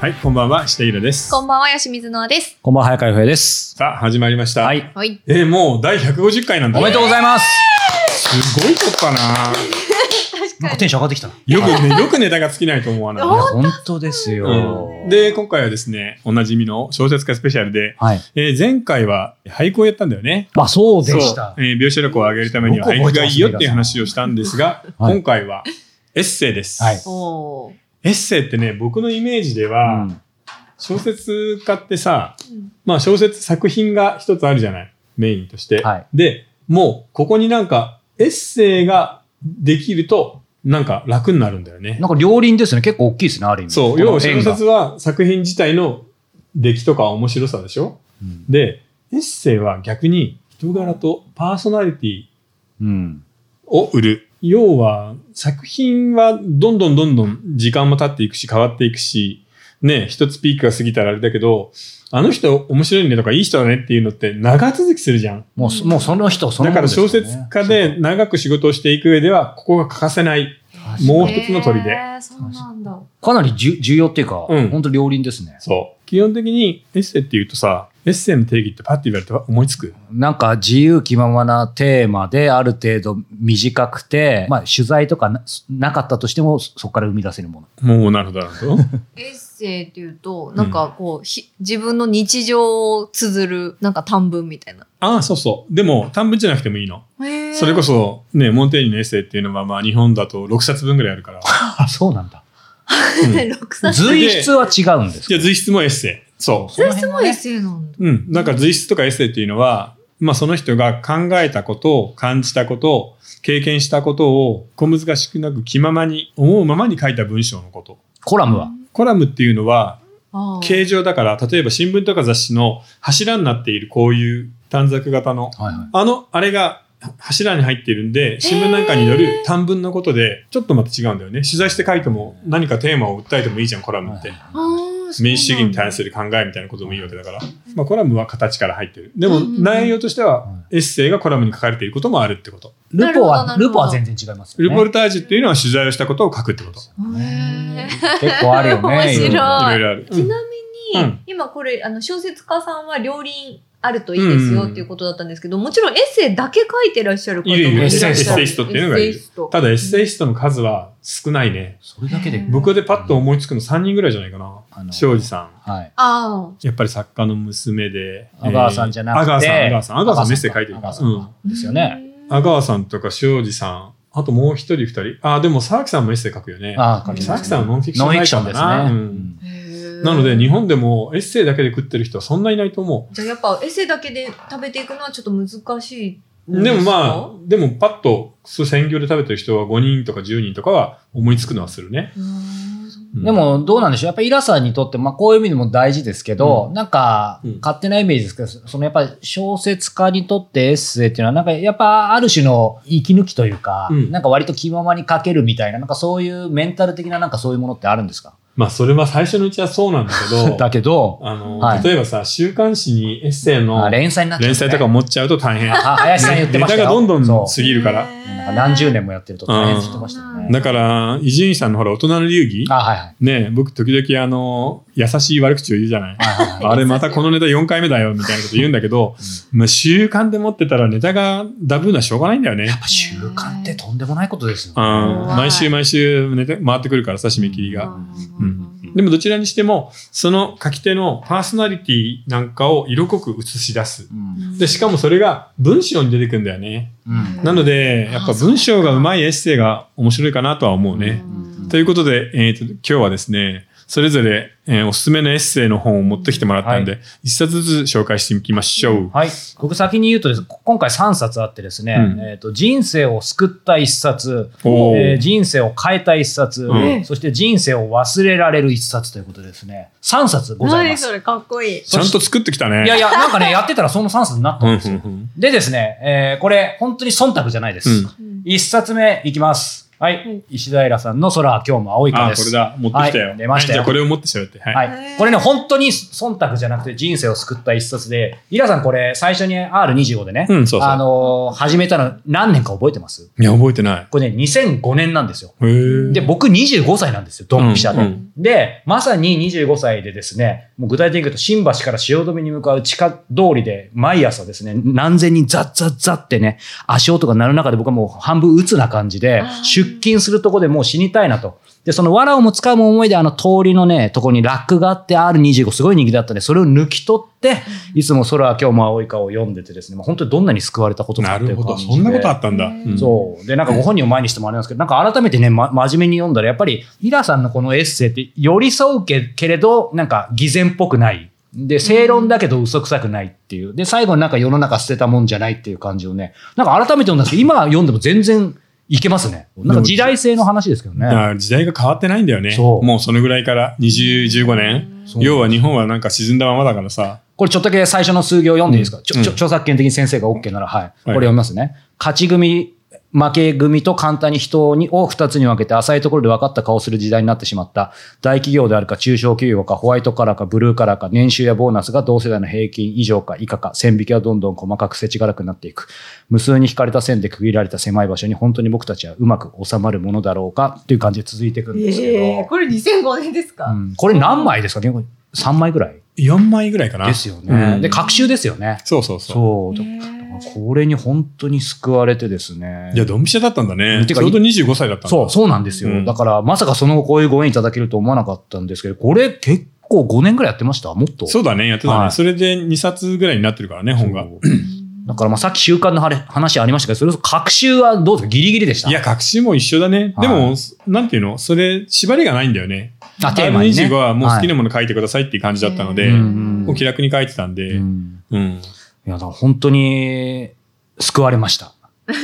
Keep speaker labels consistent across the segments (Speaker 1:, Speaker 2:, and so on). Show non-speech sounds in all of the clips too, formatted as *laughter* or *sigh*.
Speaker 1: はい、こんばんは、下平です。
Speaker 2: こんばんは、吉水のあです。
Speaker 3: こんばんは、早川洋平です。
Speaker 1: さあ、始まりました。
Speaker 3: はい。
Speaker 2: はい。
Speaker 1: えーもう第150回なんだ
Speaker 3: おめでとうございます。
Speaker 1: すごいことだな
Speaker 3: なんかテンション上がってきたな。
Speaker 1: よくね、 *laughs* よくネタが尽きないと思わない。
Speaker 3: いや、本当ですよ。
Speaker 1: うんで、今回はですね、おなじみの小説家スペシャルで、
Speaker 3: はい。
Speaker 1: えー前回は俳句をやったんだよね。
Speaker 3: まあ、そうでした
Speaker 1: そ。うえー描写力を上げるためには俳句がいいよっていう話をしたんですが、
Speaker 3: はい
Speaker 1: 今回はエッセイです、
Speaker 3: はい
Speaker 2: おー。
Speaker 1: エッセイってね、僕のイメージでは、
Speaker 3: うん
Speaker 1: 小説家ってさ、
Speaker 2: うん
Speaker 1: まあ小説作品が一つあるじゃないメインとして、
Speaker 3: はい
Speaker 1: でもうここになんかエッセイができるとなんか楽になるんだよね
Speaker 3: なんか両輪ですね。結構大きいですね、ある意味。
Speaker 1: そう
Speaker 3: この
Speaker 1: 要は小
Speaker 3: 円が
Speaker 1: 説は作品自体の出来とか面白さでしょ
Speaker 3: うん
Speaker 1: でエッセイは逆に人柄とパーソナリティ
Speaker 3: うん。
Speaker 1: を売る要は作品はどんどんどんどん時間も経っていくし変わっていくしね一つピークが過ぎたらあれだけどあの人面白いねとかいい人だねっていうのって長続きするじゃん
Speaker 3: もうそ、もうその人、その
Speaker 1: だ
Speaker 3: も
Speaker 1: か
Speaker 3: の
Speaker 1: ら
Speaker 3: ですよ
Speaker 1: 小
Speaker 3: ね
Speaker 1: 説家で、長く仕事をしていく上ではここが欠かせない
Speaker 3: そう
Speaker 1: もう一つの砦
Speaker 2: へーそうなんだ。
Speaker 3: かなりじゅ重要っていうか、
Speaker 1: うん
Speaker 3: 本当両輪ですね。
Speaker 1: そう基本的にエッセイっていうとさエッセイの定義ってパッて言われて思いつく
Speaker 3: なんか自由気ままなテーマである程度短くて、まあ取材とかななかったとしてもそそこから生み出せるもの。
Speaker 1: もうなるほどなる
Speaker 3: *laughs*
Speaker 1: ほど
Speaker 2: エッセイっていうと、なんかこう、ひ自分の日常を綴る、なんか短文みたいな。
Speaker 1: ああそうそうでも短文じゃなくてもいいの
Speaker 2: へー
Speaker 1: それこ。そねモンテーニのエッセイっていうのはまあ日本だと6冊分ぐらいあるから、
Speaker 3: あ、そうなんだ。
Speaker 1: うん
Speaker 2: 6冊。
Speaker 3: *laughs* 随筆は違うんです
Speaker 1: じ
Speaker 3: か
Speaker 1: ゃあ随筆もエッセイ。そ
Speaker 3: その辺は
Speaker 2: エッ
Speaker 3: ね
Speaker 2: セイなんだ。
Speaker 1: う。うん。なんか随筆とかエッセイっていうのは、まあその人が考えたことを感じたこと、経験したことを小難しくなく気ままに、思うままに書いた文章のこと。
Speaker 3: コラムは。
Speaker 1: コラムっていうのは
Speaker 2: あー
Speaker 1: 形状だから、例えば新聞とか雑誌の柱になっているこういう短冊型の、
Speaker 3: はいはい。
Speaker 1: あの、あれが柱に入っているんで、新聞なんかによる短文のことで、ちょっとまた違うんだよね。取材して書いても何かテーマを訴えてもいいじゃん、コラムって。
Speaker 2: あーそうなんだ
Speaker 1: 民主主義に対する考えみたいなこともいいわけだから、まあ、コラムは形から入ってるでも
Speaker 2: うんうんうん
Speaker 1: 内容としては
Speaker 3: は
Speaker 1: エッセイがコラムに書かれていることもあるってこと
Speaker 3: ルポ
Speaker 2: なるほど
Speaker 3: は、ルポ
Speaker 2: なるほ
Speaker 3: は
Speaker 2: ど
Speaker 3: 全然違いますよ
Speaker 1: ル
Speaker 3: ね。
Speaker 1: ポルタージュっていうのは取材をしたことを書くってこと
Speaker 2: へー
Speaker 3: 結構あるよね。
Speaker 2: 面白
Speaker 1: い
Speaker 2: い
Speaker 3: ろろ
Speaker 1: ろいろある、
Speaker 2: ち
Speaker 1: うん
Speaker 2: なみ
Speaker 1: う
Speaker 2: に、
Speaker 1: ん
Speaker 2: 今これあの小説家さんは両輪あるといいですよっていうことだったんですけど、もちろんエッセイだけ書いてらっしゃる方もいらっしゃる
Speaker 3: いるいるエッセイスト
Speaker 1: エッセイストっていうのがいる
Speaker 2: エッセイスト
Speaker 1: ただエッセイストの数は少ないね
Speaker 3: それだけで。
Speaker 1: 僕でパッと思いつくの3人ぐらいじゃないかな
Speaker 3: あの
Speaker 1: 庄司さん
Speaker 3: はい。
Speaker 2: あ
Speaker 1: やっぱり作家の娘で
Speaker 3: 阿川さんじゃなく
Speaker 1: えー
Speaker 3: て。
Speaker 1: 阿川さん阿川さん阿川さんメッセイ書いてる
Speaker 3: 阿
Speaker 1: から
Speaker 3: 川さん
Speaker 1: うん
Speaker 2: あ
Speaker 3: ですよね。
Speaker 1: 阿川さんとか庄司さんあともう一人二人あでも沢木さんもエッセイ書くよね
Speaker 3: ああ、書いて
Speaker 1: 沢
Speaker 3: ま
Speaker 1: 木
Speaker 3: す
Speaker 1: さんはノンフィクション
Speaker 3: ノンフィクション
Speaker 1: な
Speaker 3: で
Speaker 1: い
Speaker 3: す
Speaker 1: か
Speaker 3: ね
Speaker 1: らな
Speaker 3: う
Speaker 1: うん
Speaker 3: ん。
Speaker 1: な
Speaker 2: な
Speaker 1: ので日本でもエッセイだけで食ってる人はそんないないと思
Speaker 2: じゃあやっぱエッセイだけで食べていくのはちょっと難しい。
Speaker 1: う。でもまあ、でもパッとそう専業で食べてる人は5人とか10人とかは思いつくのはするね。
Speaker 2: うーん
Speaker 1: うん
Speaker 3: で、もどうなんでしょうやっぱりイラさんにとって、まあこういう意味でも大事ですけど、なんか
Speaker 1: うん
Speaker 3: 勝手なイメージですけど、そのやっぱり小説家にとってエッセイっていうのはなんかやっぱある種の息抜きというか、
Speaker 1: うん
Speaker 3: なんか割と気ままに書けるみたいな、なんかそういうメンタル的ななんかそういうものってあるんですか
Speaker 1: まあそれは最初のうちはそうなんだけど
Speaker 3: *laughs* だ、けど、
Speaker 1: あの、
Speaker 3: はい
Speaker 1: 例えばさ、週刊誌にエッセイの
Speaker 3: あ連載になっちゃう、
Speaker 1: 連載とか持っちゃうと大
Speaker 3: *laughs*
Speaker 1: 変。
Speaker 3: あ、林さん言って
Speaker 1: ネ
Speaker 3: まし
Speaker 1: タ
Speaker 3: たよ。
Speaker 1: がどんどん
Speaker 3: そ
Speaker 1: 過ぎるから。
Speaker 3: う。なんか何十年もやってると大変って言ってましたよ
Speaker 2: う
Speaker 3: ね
Speaker 2: ん。
Speaker 1: だから、伊集院さんのほら、大人の流儀
Speaker 3: あ、はいはい。
Speaker 1: ね僕時々あの、優しい悪口を言うじゃない
Speaker 3: はいはいはい
Speaker 1: あれまたこのネタ4回目だよみたいなこと言うんだけど、まあ習慣で持ってたらネタがダブるのはしょうがないんだよね
Speaker 3: やっ。ぱ習慣ってとんでもないことですよ
Speaker 1: うん
Speaker 3: ね。
Speaker 2: 怖い
Speaker 1: 毎週毎週ネタ回ってくるからさ、締め切りが。うんでもどちらにしても、その書き手のパーソナリティなんかを色濃く映し出す。
Speaker 3: うん
Speaker 1: で、しかもそれが文章に出てくんだよね。
Speaker 3: うん
Speaker 1: なので、やっぱ文章がうまいエッセイが面白いかなとは思うね。
Speaker 3: うん
Speaker 1: ということで、えーと、今日はですね、それぞれ、えーおすすめのエッセイの本を持ってきてもらったんで、一冊ずつ紹介していきましょう。
Speaker 3: はい。僕先に言うとです、こ今回3冊あってですね、
Speaker 1: うん
Speaker 3: えっと、人生を救った1冊、
Speaker 1: おー
Speaker 3: えー人生を変えた1冊、
Speaker 1: うん
Speaker 3: そして人生を忘れられる1冊ということですね。3冊ございま
Speaker 2: 何
Speaker 3: す。
Speaker 2: それかっこいい。
Speaker 1: ちゃんと作ってきたね。
Speaker 3: いやいや、なんかね、やってたらその3冊になった
Speaker 1: うんん
Speaker 3: ですよ。
Speaker 1: うんうん
Speaker 3: でですね、えーこれ、本当に忖度じゃないです。
Speaker 1: うん
Speaker 2: うん
Speaker 3: 1冊目いきます。はいい。石平さんの空は今日も青いか
Speaker 1: あ
Speaker 3: で
Speaker 1: ー、これ
Speaker 3: す。
Speaker 1: だ。持ってきたよ。
Speaker 3: はい出ましたよ
Speaker 1: はいじゃあこれを持ってきちゃうって。はい。
Speaker 3: はい。これね、本当に忖度じゃなくて人生を救った一冊で、イラさんこれ最初に R25 でね、
Speaker 1: うん、そうそう。
Speaker 3: あのー始めたの何年か覚えてます
Speaker 1: いや、覚えてない。
Speaker 3: これね、2005年なんですよ。
Speaker 1: へー
Speaker 3: で、僕25歳なんですよ、ドンピシャで。
Speaker 1: うん
Speaker 3: で、まさに25歳でですね、もう具体的に言うと、新橋から汐留に向かう地下通りで、毎朝ですね、何千人ザッザッザッってね、足音が鳴る中で僕はもう半分鬱な感じで
Speaker 2: あー、
Speaker 3: 出勤するとこでもう死にたいなと。で、その藁をも使うも思いで、あの通りのね、とこにラックがあって R25 すごい人気だったんで、それを抜き取って、いつも空は今日も青い顔を読んでてですね、まあ、本当にどんなに救われたことか
Speaker 1: な
Speaker 3: ってい
Speaker 1: る
Speaker 3: う
Speaker 1: ほど。
Speaker 3: 感じで。
Speaker 1: そんなことあったんだ。
Speaker 2: うん
Speaker 1: ん
Speaker 3: そう。で、なんかご本人を前にしてもあれなんですけど、なんか改めてね、ま、真面目に読んだら、やっぱり、イラさんのこのエッセイって、寄り添うけけれど、なんか偽善っぽくない。で、正論だけど嘘くさくないっていう。で、最後になんか世の中捨てたもんじゃないっていう感じをね、なんか改めて読んだんですけど、今読んでも全然いけますね。なんか時代性の話ですけど
Speaker 1: だか
Speaker 3: ね。
Speaker 1: ら時代が変わってないんだよね。
Speaker 3: そう
Speaker 1: もうそのぐらいから、20、15年。
Speaker 3: そう
Speaker 1: 要は日本はなんか沈んだままだからさ。
Speaker 3: これちょっとだけ最初の数行読んでいいですか、ち
Speaker 1: うん
Speaker 3: ょちょ著作権的に先生が OK なら、はい。これ読みますね。勝ち組、負け組と簡単に人にを2つに分けて浅いところで分かった顔をする時代になってしまった。大企業であるか中小企業かホワイトカラーかブルーカラーか年収やボーナスが同世代の平均以上か以下か線引きはどんどん細かくせちがらくなっていく。無数に引かれた線で区切られた狭い場所に本当に僕たちはうまく収まるものだろうかという感じで続いていくんですけど。
Speaker 2: ええこれ2005年ですか、
Speaker 3: うんこれ何枚ですかね ?3 枚ぐらい
Speaker 1: 4枚ぐらいかな。
Speaker 3: ですよね。
Speaker 1: うん
Speaker 3: で、隔週ですよね。
Speaker 1: そうそうそう。
Speaker 3: そう。
Speaker 2: へ
Speaker 3: だ
Speaker 2: え
Speaker 3: これに本当に救われてですね。
Speaker 1: いや、ドンピシャだったんだね。
Speaker 3: て
Speaker 1: ち
Speaker 3: か
Speaker 1: ょうど25歳だったんだ。
Speaker 3: そう、そうなんですよ。
Speaker 1: うん
Speaker 3: だから、まさかその後こういうご縁いただけると思わなかったんですけど、これ結構5年ぐらいやってましたもっと。
Speaker 1: そうだね、やってたね。
Speaker 3: はい
Speaker 1: それで2冊ぐらいになってるからね、本が。
Speaker 3: そうだから、まあさっき週刊の話話ありましたけど、それこそ隔週はどうですかギリギリでした。
Speaker 1: いや、学習も一緒だね。
Speaker 3: は
Speaker 1: で
Speaker 3: い
Speaker 1: も、なんていうのそれ、縛りがないんだよね。
Speaker 3: あ、テーマに、ね。
Speaker 1: R25 はもう好き
Speaker 3: な
Speaker 1: なもの書いてくださいっていう感じだったので、
Speaker 3: はいうん
Speaker 1: もう気楽に書いてたん
Speaker 3: い
Speaker 1: で、
Speaker 3: う
Speaker 1: うん。
Speaker 3: んいや、だから本当に救われ
Speaker 1: *laughs*
Speaker 3: ました。はい。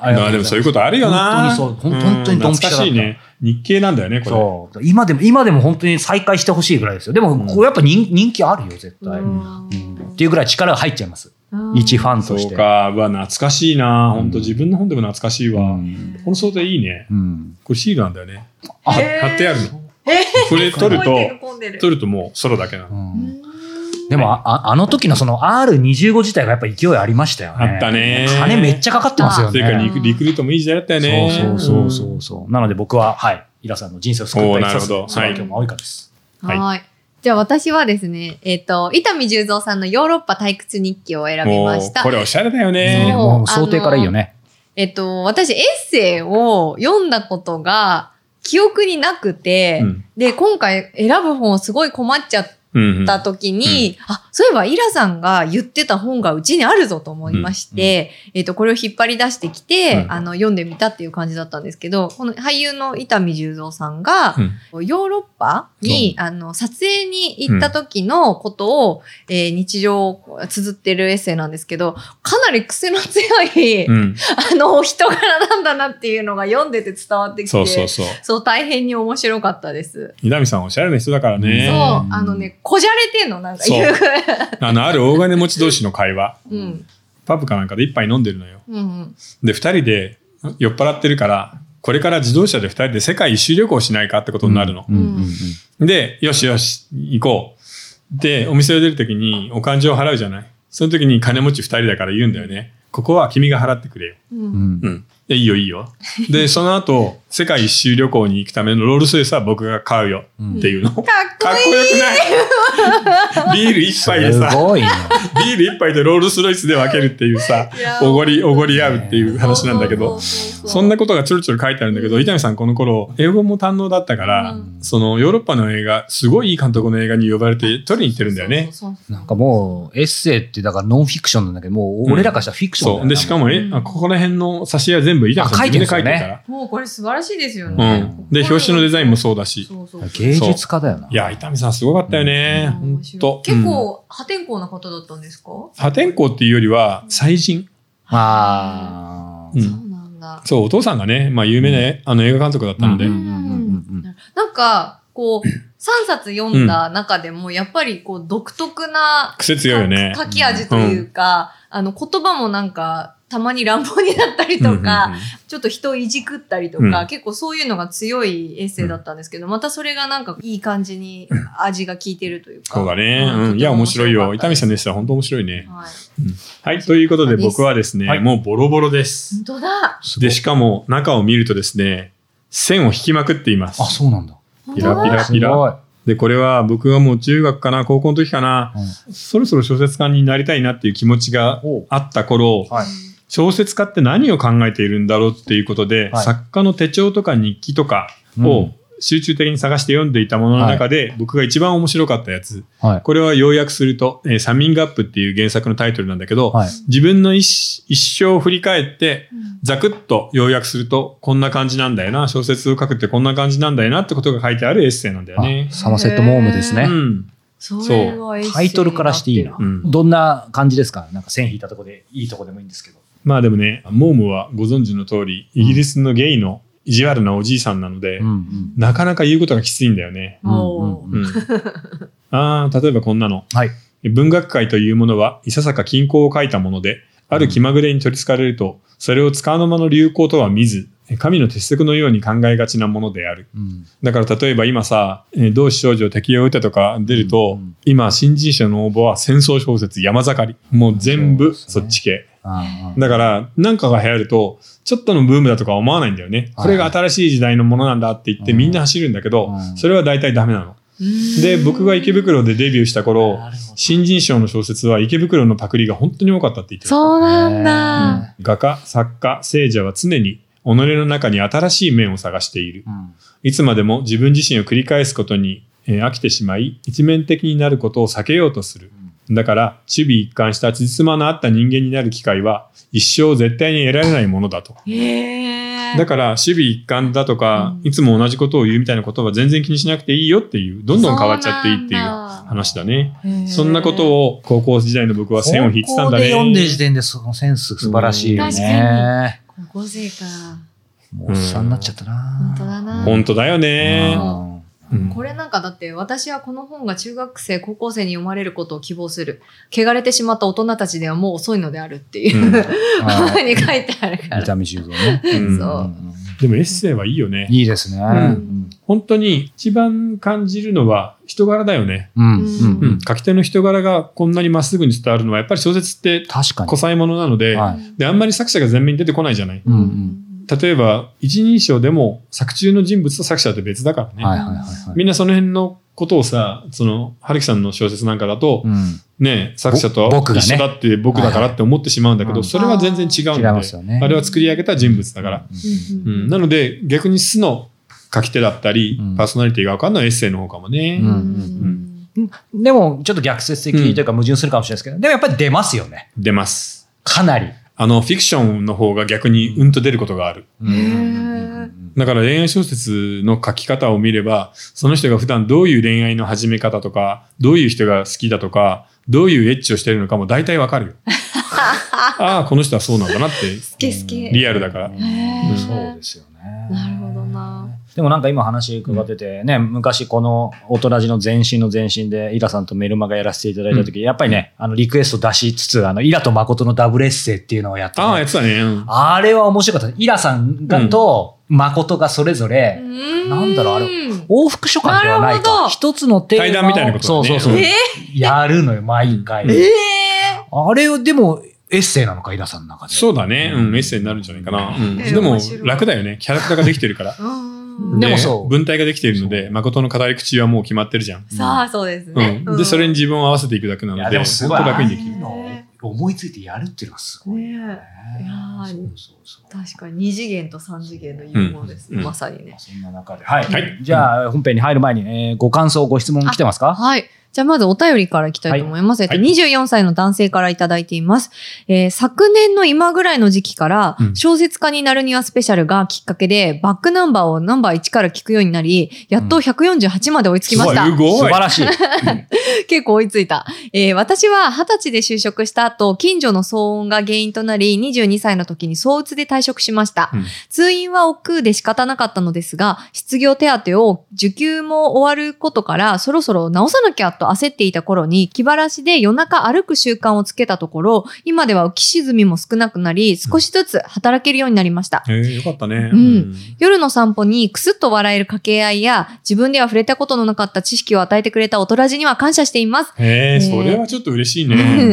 Speaker 3: あり
Speaker 1: ま
Speaker 3: が
Speaker 1: あ
Speaker 3: と
Speaker 1: でも
Speaker 3: うござ
Speaker 1: そう
Speaker 3: い
Speaker 1: いうことあるよな。
Speaker 3: 本当にそうほん本当にドンピシャだった
Speaker 1: うん懐かしいね。日系なんだよね、
Speaker 3: ます
Speaker 1: こ
Speaker 3: そう今でも、今でも本当に再開してほしいぐらいですよ。でも、これやっぱ人人気あるよ、絶対。
Speaker 2: う
Speaker 3: うん
Speaker 2: ん
Speaker 3: っていうぐらい力が入っちゃいます。
Speaker 2: うん
Speaker 3: 一ファン
Speaker 1: れ。
Speaker 3: とし
Speaker 1: そう
Speaker 3: て。
Speaker 1: か。うわ、懐かしいな。
Speaker 3: うん
Speaker 1: 本当自分の本でも懐かしいうわ。
Speaker 3: ん。
Speaker 1: この相当いいね。
Speaker 3: うん。
Speaker 1: これシールなんだよね。
Speaker 3: あ
Speaker 2: へえ
Speaker 1: 貼ってあるの。
Speaker 3: *laughs*
Speaker 2: へえ
Speaker 1: これ取る
Speaker 2: すごい手が
Speaker 1: と、
Speaker 2: 込んでる
Speaker 1: 取るともうソロだけなの
Speaker 3: う。
Speaker 2: うんん
Speaker 3: でも、あ、あの時のその R25 自体がやっぱ勢いありましたよね。
Speaker 1: あったね
Speaker 3: 金めっちゃかかってますよ
Speaker 1: というか
Speaker 3: ね。
Speaker 1: リク、リクルートもいい時代だったよね。
Speaker 3: そうそうそうそう。なので僕は、はい。イラさんの人生を救
Speaker 1: おー
Speaker 3: った一冊
Speaker 1: なるほど
Speaker 3: それは
Speaker 1: はい
Speaker 3: 今日も青いかです。
Speaker 1: は
Speaker 2: はいい。じゃあ私はですね、えっ、と、伊丹十三さんのヨーロッパ退屈日記を選
Speaker 1: うん
Speaker 2: び
Speaker 1: も
Speaker 2: ま
Speaker 1: う
Speaker 2: し、た
Speaker 1: こ。れおしゃれだよ
Speaker 3: ねえ
Speaker 1: ね。
Speaker 3: もう想定からいいよね。
Speaker 2: えっと、私エッセイを読んだことが記憶になくて、
Speaker 1: うん
Speaker 2: で、今回選ぶ本をすごい困っちゃっ
Speaker 1: うんうん
Speaker 2: た時に、あ、そういえばイラさんが言ってた本がうちにあるぞと思いまして、えっと、これを引っ張り出してきて、
Speaker 1: うん
Speaker 2: あの、読んでみたっていう感じだったんですけど、この俳優の伊丹十三さんが、
Speaker 1: うん
Speaker 2: ヨーロッパに、あの、撮影に行った時のことを、えー日常を綴ってるエッセイなんですけど、かなり癖の強い、
Speaker 1: うん
Speaker 2: あの、お人柄なんだなっていうのが読んでて伝わってきて、
Speaker 1: そうそうそう。
Speaker 2: そう大変に面白かったです。
Speaker 1: 稲見さんおしゃれな人だからね。
Speaker 2: そう、
Speaker 3: ね
Speaker 2: あのね、こじゃれてんの、なんか
Speaker 1: *laughs*
Speaker 2: 言う。
Speaker 1: あの、ある大金持ち同士の会話。
Speaker 2: うん。
Speaker 1: パブかなんかで一杯飲んでるのよ。
Speaker 2: うんうん。
Speaker 1: で、二人で酔っ払ってるから、これから自動車で二人で世界一周旅行しないかってことになるの
Speaker 3: う。んうんうん
Speaker 1: で、よしよし、行こう。で、お店を出るときにお勘定を払うじゃない。その時に金持ち二人だから言うんだよね。ここは君が払ってくれよ。
Speaker 2: う
Speaker 3: うんん。
Speaker 1: うん。いやいいよいいよ。で、その後、世界一周旅行に行くためのロールスレスは僕が買うよ
Speaker 3: うん
Speaker 1: っていうの。かっ
Speaker 2: か
Speaker 1: こ
Speaker 2: っこいい
Speaker 1: よくないビール一杯ですさ、 *laughs*
Speaker 3: ごいね。
Speaker 1: ビール一杯でロールスロイスで分けるっていうさ
Speaker 2: いや、ー
Speaker 1: おごり、おごり合うっていう話なんだけ
Speaker 2: う
Speaker 1: ど、
Speaker 2: うう
Speaker 1: そんなことがちょろちょろ書いてあるんだけど、伊丹さんこの頃、英語も堪能だったから、
Speaker 2: うん
Speaker 1: そのヨーロッパの映画、すごいいい監督の映画に呼ばれて撮りに行ってるんだよね。
Speaker 2: そうそうそう
Speaker 3: なんかもう、エッセイってだからノンフィクションなんだけど、もう俺らからしたらフィクションだよ
Speaker 1: そう。で、しかも、え、あここら辺の挿絵は全部伊丹さん
Speaker 3: あ書い
Speaker 1: 自
Speaker 3: て
Speaker 1: 分
Speaker 3: るんで
Speaker 1: です書
Speaker 3: よ
Speaker 1: いて
Speaker 3: ね
Speaker 1: るから。
Speaker 2: もうこれ素晴らしいですよ
Speaker 1: う
Speaker 2: ね。
Speaker 1: ん。で、表紙のデザインもそうだし。
Speaker 2: そうそう
Speaker 3: 芸術家だよな。
Speaker 1: いや、伊丹さんすごかったよね。
Speaker 2: 面
Speaker 1: 本
Speaker 2: 白
Speaker 1: 当
Speaker 2: い結、構破天荒な方だったんですか、
Speaker 1: うん破天荒っていうよりは、祭人。
Speaker 3: あ
Speaker 1: う
Speaker 3: ー
Speaker 1: ん
Speaker 2: そうなんだ。
Speaker 1: そう、お父さんがね、まあ有名な、あの映画監督だったので
Speaker 3: うんう。んうんうんうん
Speaker 2: なんか、こう、 3冊読んだ中でも、やっぱりこう独特な
Speaker 1: 癖強いよね。
Speaker 2: 書き味というか、あの言葉もなんか、たまに乱暴になったりとか、
Speaker 1: うんうんうん
Speaker 2: ちょっと人をいじくったりとか、
Speaker 1: うん
Speaker 2: 結構そういうのが強いエッセイだったんですけど、またそれがなんかいい感じに味が効いてるというか。
Speaker 1: そうだね。
Speaker 2: ん
Speaker 1: うん。いや、面白いよ。伊丹さん
Speaker 2: で
Speaker 1: でした。本当面白いね
Speaker 2: す。。はい
Speaker 1: はい。ということで、
Speaker 2: です
Speaker 1: 僕はですね、
Speaker 3: はい
Speaker 1: もうボロボロです。
Speaker 2: 本当だ。
Speaker 3: すごい
Speaker 1: で、しかも、中を見るとですね、線を引きまくっています
Speaker 3: あ、。そうなんだ。
Speaker 2: 本
Speaker 1: ピ
Speaker 2: 当
Speaker 1: ラ
Speaker 2: だ
Speaker 1: ピラ
Speaker 3: す
Speaker 1: ピ
Speaker 3: ごい。
Speaker 1: ラ。で、これは僕はもう中学かな、高校の時かな、
Speaker 3: うん
Speaker 1: そろそろ小説家になりたいなっていう気持ちが
Speaker 3: おう
Speaker 1: あった頃、
Speaker 3: はい。
Speaker 1: 小説家って何を考えているんだろうっていうことで、
Speaker 3: はい
Speaker 1: 作家の手帳とか日記とか
Speaker 3: う
Speaker 1: を
Speaker 3: ん
Speaker 1: 集中的に探して読んでいたものの中で、僕が一番面白かったやつ、
Speaker 3: はい。
Speaker 1: これは要約すると、えーサミングアップっていう原作のタイトルなんだけど、
Speaker 3: はい。
Speaker 1: 自分の一一生を振り返って、
Speaker 2: うん
Speaker 1: ざくっと要約すると、こんな感じなんだよな、小説を書くってこんな感じなんだよなってことが書いてあるエッセイなんだよね
Speaker 3: あ。サマセットモームです
Speaker 1: う
Speaker 3: ね。
Speaker 1: ん。
Speaker 2: それはエッセイになってる
Speaker 3: タイトルからしていいな
Speaker 1: う。ん
Speaker 3: どんな感じですかなんか線引いたとこで、いいとこでもいいんですけど。
Speaker 1: まあでもね、モームはご存知の通り、イギリスのゲイの意地悪なおじいさんなので、
Speaker 3: うんうん。
Speaker 1: なかなか言うことがきついんだよね。
Speaker 2: も
Speaker 3: う
Speaker 1: う
Speaker 2: う
Speaker 3: ん *laughs*
Speaker 1: ん、ああ、例えばこんなの。
Speaker 3: はい。
Speaker 1: 文学界というものはいささか均衡を書いたもので、ある気まぐれに取りつかれると、それをつかの間の流行とは見ず、神の鉄則のように考えがちなものである。
Speaker 3: うん。
Speaker 1: だから例えば今さ、えー同志少女適用歌とか出ると、
Speaker 3: うん
Speaker 1: 今新人賞の応募は戦争小説山盛り。もう全部
Speaker 3: そ
Speaker 1: そう
Speaker 3: ですね
Speaker 1: っち系。
Speaker 3: あー
Speaker 1: だからなんかが流行ると、ちょっとのブームだとか思わないんだよね。
Speaker 3: はい
Speaker 1: これが新しい時代のものなんだって言って
Speaker 3: うん
Speaker 1: みんな走るんだけど、
Speaker 3: うん
Speaker 1: それは大体ダメなの。
Speaker 2: うん
Speaker 1: で、僕が池袋でデビューした頃、
Speaker 3: なるほど
Speaker 1: 新人賞の小説は池袋のパクリが本当に多かったって言ってる。
Speaker 2: そうなんだ。
Speaker 1: 画家、作家、聖者は常に己の中に新しい面を探している。
Speaker 3: うん
Speaker 1: いつまでも自分自身を繰り返すことに、えー飽きてしまい、一面的になることを避けようとする。だから、守備一貫した辻褄の合った人間になる機会は一生絶対に得られないものだと。
Speaker 2: へえ。
Speaker 1: だから、守備一貫だとか、
Speaker 2: うん
Speaker 1: いつも同じことを言うみたいなことは全然気にしなくていいよっていう、どんどん変わっちゃっていいっていう話だね。
Speaker 2: いう
Speaker 1: そんなことを高校時代の僕は線を引いてたんだね。
Speaker 3: 高校で読んでる時点でそのセンス素晴らしいよ
Speaker 2: うん
Speaker 3: ね。
Speaker 2: 高校生か。
Speaker 3: もうおっさんになっちゃったな。
Speaker 2: 本当だな
Speaker 1: 本当だよね。うん
Speaker 2: これなんかだって私はこの本が中学生、高校生に読まれることを希望する。汚れてしまった大人たちではもう遅いのであるっていうう、
Speaker 1: ん
Speaker 2: *laughs*
Speaker 3: は
Speaker 2: 本に書いてあるか
Speaker 3: い。見
Speaker 2: ら。
Speaker 3: た目修造ね。
Speaker 1: うん
Speaker 2: そう
Speaker 3: うん
Speaker 1: でもエッセイはいいよね。
Speaker 3: いいですね。
Speaker 2: ん
Speaker 1: 本当に一番感じるのは人柄だよね。
Speaker 3: うん
Speaker 2: うん
Speaker 3: うんうん
Speaker 1: 書き手の人柄がこんなにまっすぐに伝わるのはやっぱり小説って
Speaker 3: 確かに
Speaker 1: 古。才ものなので、
Speaker 3: は
Speaker 1: で、あんまり作者が前面に出てこないじゃない。
Speaker 3: うんう
Speaker 1: 例えば、一人称でも作中の人物と作者って別だからね。
Speaker 3: はいはいはいはい。
Speaker 1: みんなその辺のことをさ、その、春樹さんの小説なんかだと、
Speaker 3: うん
Speaker 1: ね、作者と
Speaker 3: ぼ僕がね
Speaker 1: 一緒だって僕だからって思ってしまうんだけ
Speaker 3: はいは
Speaker 1: ど、
Speaker 3: い
Speaker 1: それは全然違う
Speaker 3: 違い
Speaker 1: の
Speaker 3: ま
Speaker 1: で、
Speaker 3: すよね。
Speaker 1: あれは作り上げた人物だから。
Speaker 2: うん
Speaker 1: うん、なので、逆に素の書き手だったり、
Speaker 3: うん
Speaker 1: パーソナリティが分かんないエッセイの方かもね。
Speaker 3: うん
Speaker 2: うん
Speaker 3: うん。でも、ちょっと逆説的というか矛盾するかもしれないですけど、でもやっぱり出ますよね。
Speaker 1: 出ます。
Speaker 3: かなり。
Speaker 1: あの、フィクションの方が逆にうんと出ることがある。
Speaker 3: うん
Speaker 1: だから恋愛小説の書き方を見れば、その人が普段どういう恋愛の始め方とか、どういう人が好きだとか、どういうエッチをしてるのかも大体わかるよ。ああ、この人はそうなんだなって。
Speaker 2: スケスケ。
Speaker 1: リアルだから
Speaker 3: うん
Speaker 2: へー
Speaker 3: そうですよね。
Speaker 2: なるほどな。
Speaker 3: でもなんか今話伺っててね、昔この大人じの前身の前身でイラさんとメルマガやらせていただいた時、やっぱりね、あのリクエスト出しつつ、あのイラと誠のダブルエッセイっていうのをやってね、
Speaker 1: ああ、やってたね。うん
Speaker 3: あれは面白かった。イラさんがと誠がそれぞれ、なんだろうあれ往復書簡ではない
Speaker 2: なるほ
Speaker 3: と。
Speaker 2: ど
Speaker 3: 一つのテーマを
Speaker 1: 対談みたいなことだね
Speaker 3: そうそうそう。
Speaker 2: え
Speaker 3: やるのよ、毎回。
Speaker 2: え
Speaker 3: あれをでもエッセイなのか、イラさんの中で。
Speaker 1: そうだね。うん、エッセイになるんじゃないかな。うん
Speaker 2: ええ
Speaker 1: でも
Speaker 2: 面白、い
Speaker 1: 楽だよね。キャラクターができてる
Speaker 2: *laughs*
Speaker 1: から。
Speaker 2: うん
Speaker 3: でも
Speaker 1: ね
Speaker 3: そう
Speaker 1: 文体ができているので、誠の語り口はもう決まってるじゃん。
Speaker 2: さあ、そうです
Speaker 1: う
Speaker 2: ね。
Speaker 1: ん。で、それに自分を合わせていくだけないの
Speaker 3: や、
Speaker 1: で、
Speaker 3: でもすごい。
Speaker 1: 本当楽にできる。
Speaker 2: る
Speaker 3: ああいうのを思いついてやるっていうのはすごいよね。
Speaker 2: ねえいやー
Speaker 3: そうそうそう。
Speaker 2: 確かに2次元と3次元の融合ですね、
Speaker 1: うん
Speaker 2: まさにね。
Speaker 3: そんな中で。はい。
Speaker 1: はい
Speaker 3: じゃあ、本編に入る前に、えーご感想、ご質問来てますか
Speaker 2: はい。じゃあまずお便りからいきたいと思います。えっと、24歳の男性からいただいています。えー昨年の今ぐらいの時期から
Speaker 1: う、ん
Speaker 2: 小説家になるにはスペシャルがきっかけで、バックナンバーをナンバー1から聞くようになり、やっと148まで追いつきました。
Speaker 1: すごい。
Speaker 3: 素晴らしい。
Speaker 2: 結構追いついた。えー私は20歳で就職した後、近所の騒音が原因となり、22歳の時に相うつで退職しました。
Speaker 1: うん
Speaker 2: 通院は億劫で仕方なかったのですが、失業手当を受給も終わることから、そろそろ直さなきゃと焦っていた頃に、気晴らしで夜中歩く習慣をつけたところ、今では浮き沈みも少なくなり、少しずつ働けるようになりました。
Speaker 1: えー、よかったね。
Speaker 2: うん夜の散歩にクスッと笑える掛け合いや、自分では触れたことのなかった知識を与えてくれた大人じには感謝しています。
Speaker 1: え
Speaker 2: え
Speaker 1: ー、
Speaker 2: ー
Speaker 1: それはちょっと嬉しい
Speaker 3: うんう
Speaker 1: ね。
Speaker 3: ん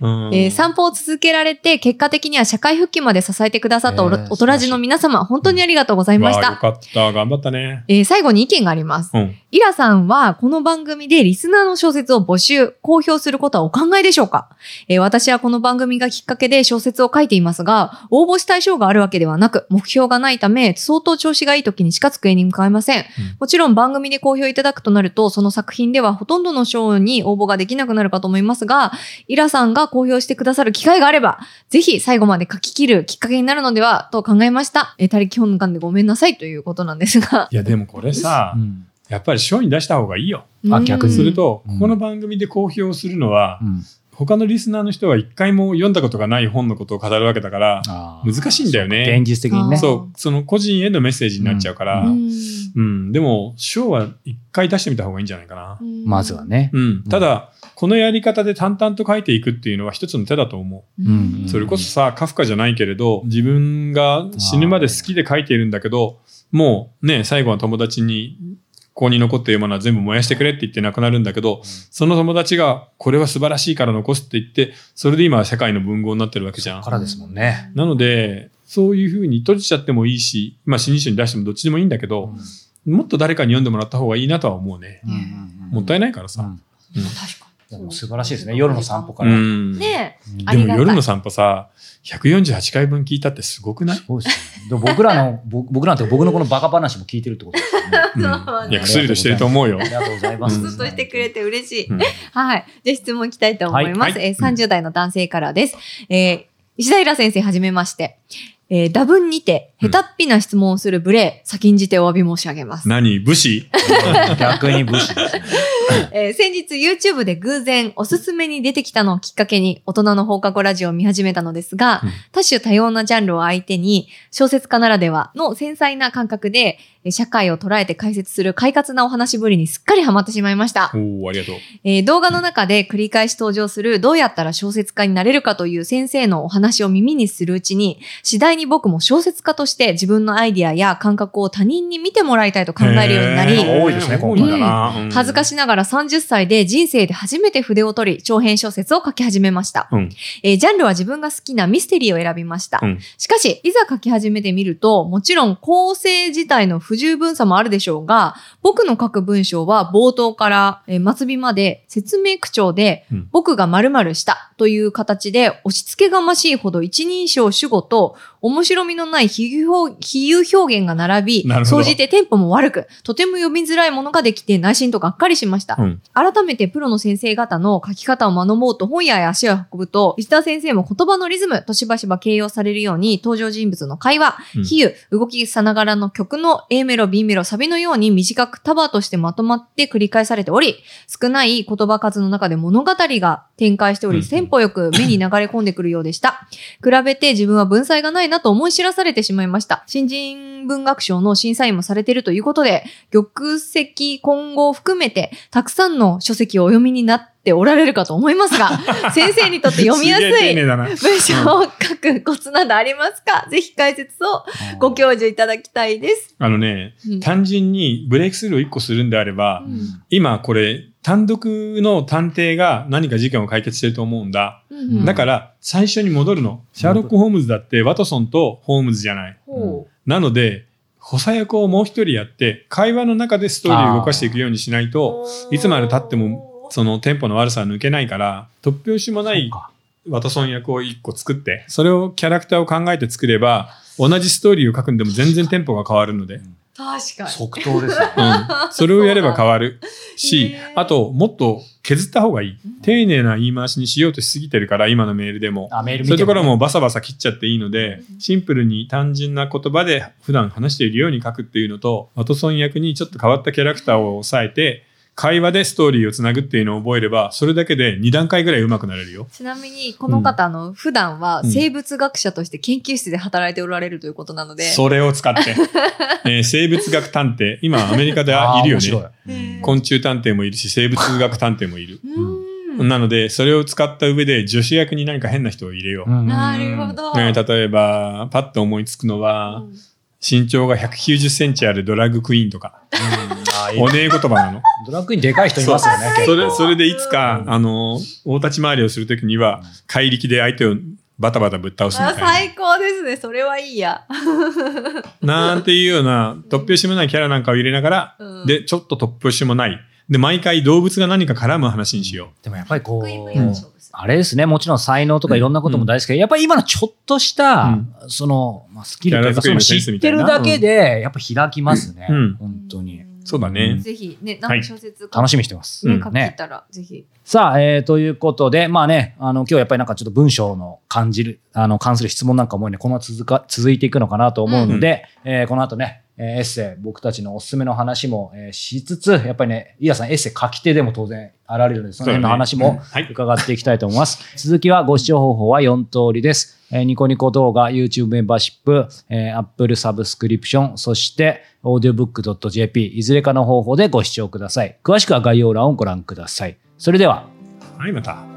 Speaker 1: うん
Speaker 2: えー散歩を続けられて、結果的には社会復帰まで支えてくださったおろ
Speaker 3: えー
Speaker 2: おとらじの皆様、本当にありがとうございまし
Speaker 1: わあよ
Speaker 2: た。
Speaker 1: かった。頑張ったね。
Speaker 2: えー最後に意見があります。
Speaker 1: うん。
Speaker 2: イラさんは、この番組でリスナーの小説を募集、公表することはお考えでしょうか、えー私はこの番組がきっかけで小説を書いていますが、応募し対象があるわけではなく、目標がないため、相当調子がいい時にしか机に向かえません。もちろん番組で公表いただくとなると、その作品ではほとんどの賞に応募ができなくなるかと思いますが、イラさんが公表してくださる機会があれば、ぜひ最後まで書き切るきっかけになるのではと考えました。えー、他力本願でごめんなさいということなんですが。
Speaker 1: いや、でもこれさ
Speaker 3: う、ん
Speaker 1: やっぱり賞に出した方がいいよ。
Speaker 3: あ逆に
Speaker 1: すると、
Speaker 3: うん
Speaker 1: ここの番組で公表するのは
Speaker 3: う、ん
Speaker 1: 他のリスナーの人は一回も読んだことがない本のことを語るわけだから、
Speaker 3: あー
Speaker 1: 難しいんだよね
Speaker 3: 現。実的にね。
Speaker 1: そう、その個人へのメッセージになっちゃうから、
Speaker 2: う
Speaker 1: うんん、でも、賞は一回出してみた方がいいんじゃないかな。
Speaker 2: うん
Speaker 3: まずは。ね
Speaker 1: う。ん、ただ、このやり方で淡々と書いていくっていうのは一つの手だと思
Speaker 2: う
Speaker 3: うん
Speaker 1: う。
Speaker 3: ん
Speaker 1: それこそさ、カフカじゃないけれど、自分が死ぬまで好きで書いているんだけど、もうね、最後は友達に、ここに残っているものは全部燃やしてくれって言ってなくなるんだけど、その友達が、これは素晴らしいから残すって言って、それで今は社会の文豪になってるわけじゃん
Speaker 3: か。らですもんね。
Speaker 1: なので、そういうふうに閉じちゃってもいいし、まあ、新人賞に出してもどっちでもいいんだけど、もっと誰かに読んでもらった方がいいなとは思うね。もったいないから
Speaker 3: う
Speaker 1: さ。
Speaker 3: ん
Speaker 2: 確か
Speaker 3: でも素晴らしいですね。夜の散歩
Speaker 1: う
Speaker 3: から。
Speaker 1: ん。
Speaker 2: ねえ
Speaker 3: うん
Speaker 2: あ
Speaker 1: で
Speaker 2: り
Speaker 1: も
Speaker 2: がたい
Speaker 1: 夜の散歩さ、148回分聞いたってすごくない
Speaker 3: そうですよね。でも僕らの、ぼ僕らなんて僕のこのバカ話も聞いてるってことですよね。
Speaker 1: うんい
Speaker 2: そう
Speaker 1: や、薬としてると思うよ
Speaker 2: *laughs*
Speaker 3: あ。りがとうございます。
Speaker 1: うん
Speaker 2: ずっとしてくれて嬉しい。
Speaker 1: うん
Speaker 2: *laughs* はい。じゃあ質問いきたいと思います。
Speaker 1: はい
Speaker 2: えー30代の男性からです。えー石平先生はじめまして。えー、打分にて、下手っぴな質問をする無礼、先んじてお詫び申し上げます。
Speaker 1: 何武
Speaker 2: *laughs*
Speaker 1: 士
Speaker 3: 逆に武士ですね。
Speaker 2: えー先日 YouTube で偶然おすすめに出てきたのをきっかけに大人の放課後ラジオを見始めたのですが、
Speaker 1: うん
Speaker 2: 多種多様なジャンルを相手に小説家ならではの繊細な感覚でえー社会を捉えて解説する快活なお話ぶりにすっかりハマってしまいました。
Speaker 1: おおありがとう。
Speaker 2: えー動画の中で繰り返し登場するどうやったら小説家になれるかという先生のお話を耳にするうちに、次第に僕も小説家として自分のアイディアや感覚を他人に見てもらいたいと考えるようになり、
Speaker 1: へー
Speaker 3: 多いですね
Speaker 1: 多
Speaker 3: 今
Speaker 1: い
Speaker 3: 回
Speaker 1: んだな。うん
Speaker 2: 恥ずかしながら30歳で人生で初めて筆を取り、長編小説を書き始めました。
Speaker 1: うん
Speaker 2: えージャンルは自分が好きなミステリーを選びました。
Speaker 1: うん
Speaker 2: しかし、いざ書き始めてみると、もちろん構成自体の不十分さもあるでしょうが、僕の書く文章は冒頭から、えー末尾まで説明口調で、
Speaker 1: うん
Speaker 2: 僕が〇〇したという形で、押し付けがましいほど一人称主語と、面白みのない比喩表比喩表現が並び
Speaker 1: な、るほど
Speaker 2: 総じてテンポも悪く、とても読みづらいものができて内心とがっかりしました。
Speaker 1: うん
Speaker 2: 改めてプロの先生方の書き方を学ぼうと本屋へ足を運ぶと、石田先生も言葉のリズムとしばしば形容されるように登場人物の会話、
Speaker 1: うん
Speaker 2: 比喩、動きさながらの曲の A メロ、B メロ、サビのように短く束としてまとまって繰り返されており、少ない言葉数の中で物語が展開してお
Speaker 1: うん
Speaker 2: り、テンポよく目に流れ込んでくるようでした。比べて自分は文才がないなと思い知らされてしまいました。新人文学賞の審査員もされているということで、玉石混合を含めて、たくさんの書籍をお読みになっておられるかと思いま
Speaker 1: *laughs*
Speaker 2: すが、先生にとって読みやす
Speaker 1: げえ丁
Speaker 2: い
Speaker 1: 寧だな。
Speaker 2: 文章を書くコツなどありますかぜひ解説をご教授いただきたいです。
Speaker 1: あのね、
Speaker 2: うん
Speaker 1: 単純にブレイクスルーを1個するんであれば、
Speaker 3: うん
Speaker 1: 今これ単独の探偵が何か事件を解決してると思うんだ。
Speaker 2: うん
Speaker 1: だから最初に戻るの。シャーロック・ホームズだってワトソンとホームズじゃない。
Speaker 2: ほ
Speaker 1: なので、補佐役をもう一人やって、会話の中でストーリーを動かしていくようにしないうと、いつまで経っても、そのテンポの悪さは抜けないから、突拍子もないワトソン役を一個作って、それをキャラクターを考えて作れば、同じストーリーを書くんでも全然テンポが変わるので。
Speaker 2: 確かに。
Speaker 3: 即答ですよ。
Speaker 2: *laughs*
Speaker 1: うん、それをやれば変わるし
Speaker 2: へー、
Speaker 1: あと、もっと削った方がいい。丁寧な言い回しにしようとしすぎてるから、今のメールでも。
Speaker 3: あ、メール見て
Speaker 1: そういうところ
Speaker 3: も
Speaker 1: もバサバサ切っちゃっていいので
Speaker 2: う、ん
Speaker 1: シンプルに単純な言葉で普段話しているように書くっていうのと、ワトソン役にちょっと変わったキャラクターを抑えて、会話でストーリーをつなぐっていうのを覚えれば、それだけで2段階ぐらい上手くなれるよ。
Speaker 2: ちなみに、この方、あの、普段は
Speaker 1: うん
Speaker 2: 生物学者として研究室で働いておられるということなので、
Speaker 1: それを使
Speaker 2: *laughs*
Speaker 1: って。えー生物学探偵。今、アメリカで
Speaker 3: あー
Speaker 1: いるよ
Speaker 3: 面白
Speaker 1: ね。昆虫探偵もいるし、生物学探偵もいる。
Speaker 2: うーん。
Speaker 1: なので、それを使った上で、女子役に何か変な人を入れよう。
Speaker 3: うん
Speaker 2: なるほ。ど。
Speaker 1: ね例えば、パッと思いつくのは、
Speaker 2: うん
Speaker 1: 身長が190センチあるドラッグクイーンとか、
Speaker 3: あーいい
Speaker 1: おねえ言葉なの。
Speaker 3: ドラッグにで *laughs* かい人いますよね。
Speaker 1: それ、それでいつ
Speaker 3: う
Speaker 1: か、
Speaker 3: ん
Speaker 1: あの、大立ち回りをするときには、怪力で相手をバタバタぶっ倒すみ
Speaker 2: あ
Speaker 1: たい
Speaker 2: 最高ですね。それはいいや。
Speaker 1: な。なんていうような、突拍子もないキャラなんかを入れながら、
Speaker 2: うん
Speaker 1: で、ちょっと突拍子もない。で、毎回動物が何か絡む話にしよ
Speaker 3: でもやっぱりこう、
Speaker 2: 得意分野の勝負です。
Speaker 3: あれですね、もちろん才能とかいろんなことも大事ですけど、やっぱり今のちょっとした、その、まあ、スキルというか、
Speaker 1: キ
Speaker 3: そ
Speaker 1: ャ
Speaker 3: の
Speaker 1: ラ作
Speaker 3: 知
Speaker 1: りのセンス
Speaker 3: っ
Speaker 1: みた
Speaker 3: て
Speaker 1: いな
Speaker 3: るだけで、やっぱ開きますね、
Speaker 1: うんうん
Speaker 3: 本当に。
Speaker 2: ん
Speaker 1: う。そうだね。
Speaker 2: ぜひ、ね、なんか小説
Speaker 3: 楽しみにしてます。
Speaker 2: ね
Speaker 1: うん
Speaker 2: 書
Speaker 3: ね
Speaker 2: けたら、ぜひ。
Speaker 3: さあ、えーということで、まあね、あの、今日やっぱりなんかちょっと文章の感じる、あの、関する質問なんかもね、このまま続か、続いていくのかなと思うので、えーこの後ね、えーエッセイ、僕たちのおすすめの話も、えーしつつ、やっぱりね、イヤさんエッセイ書き手でも当然あられるので、その辺の
Speaker 1: そ
Speaker 3: 話
Speaker 1: うだ
Speaker 3: も
Speaker 1: ねはい
Speaker 3: 伺っていきたいと思
Speaker 1: *laughs*
Speaker 3: います。続きはご視聴方法は4通りです。えーニコニコ動画、YouTube メンバーシップ、えー Apple サブスクリプション、そして audiobook.jp、いずれかの方法でご視聴ください。詳しくは概要欄をご覧ください。それでは、
Speaker 1: う。はい、また。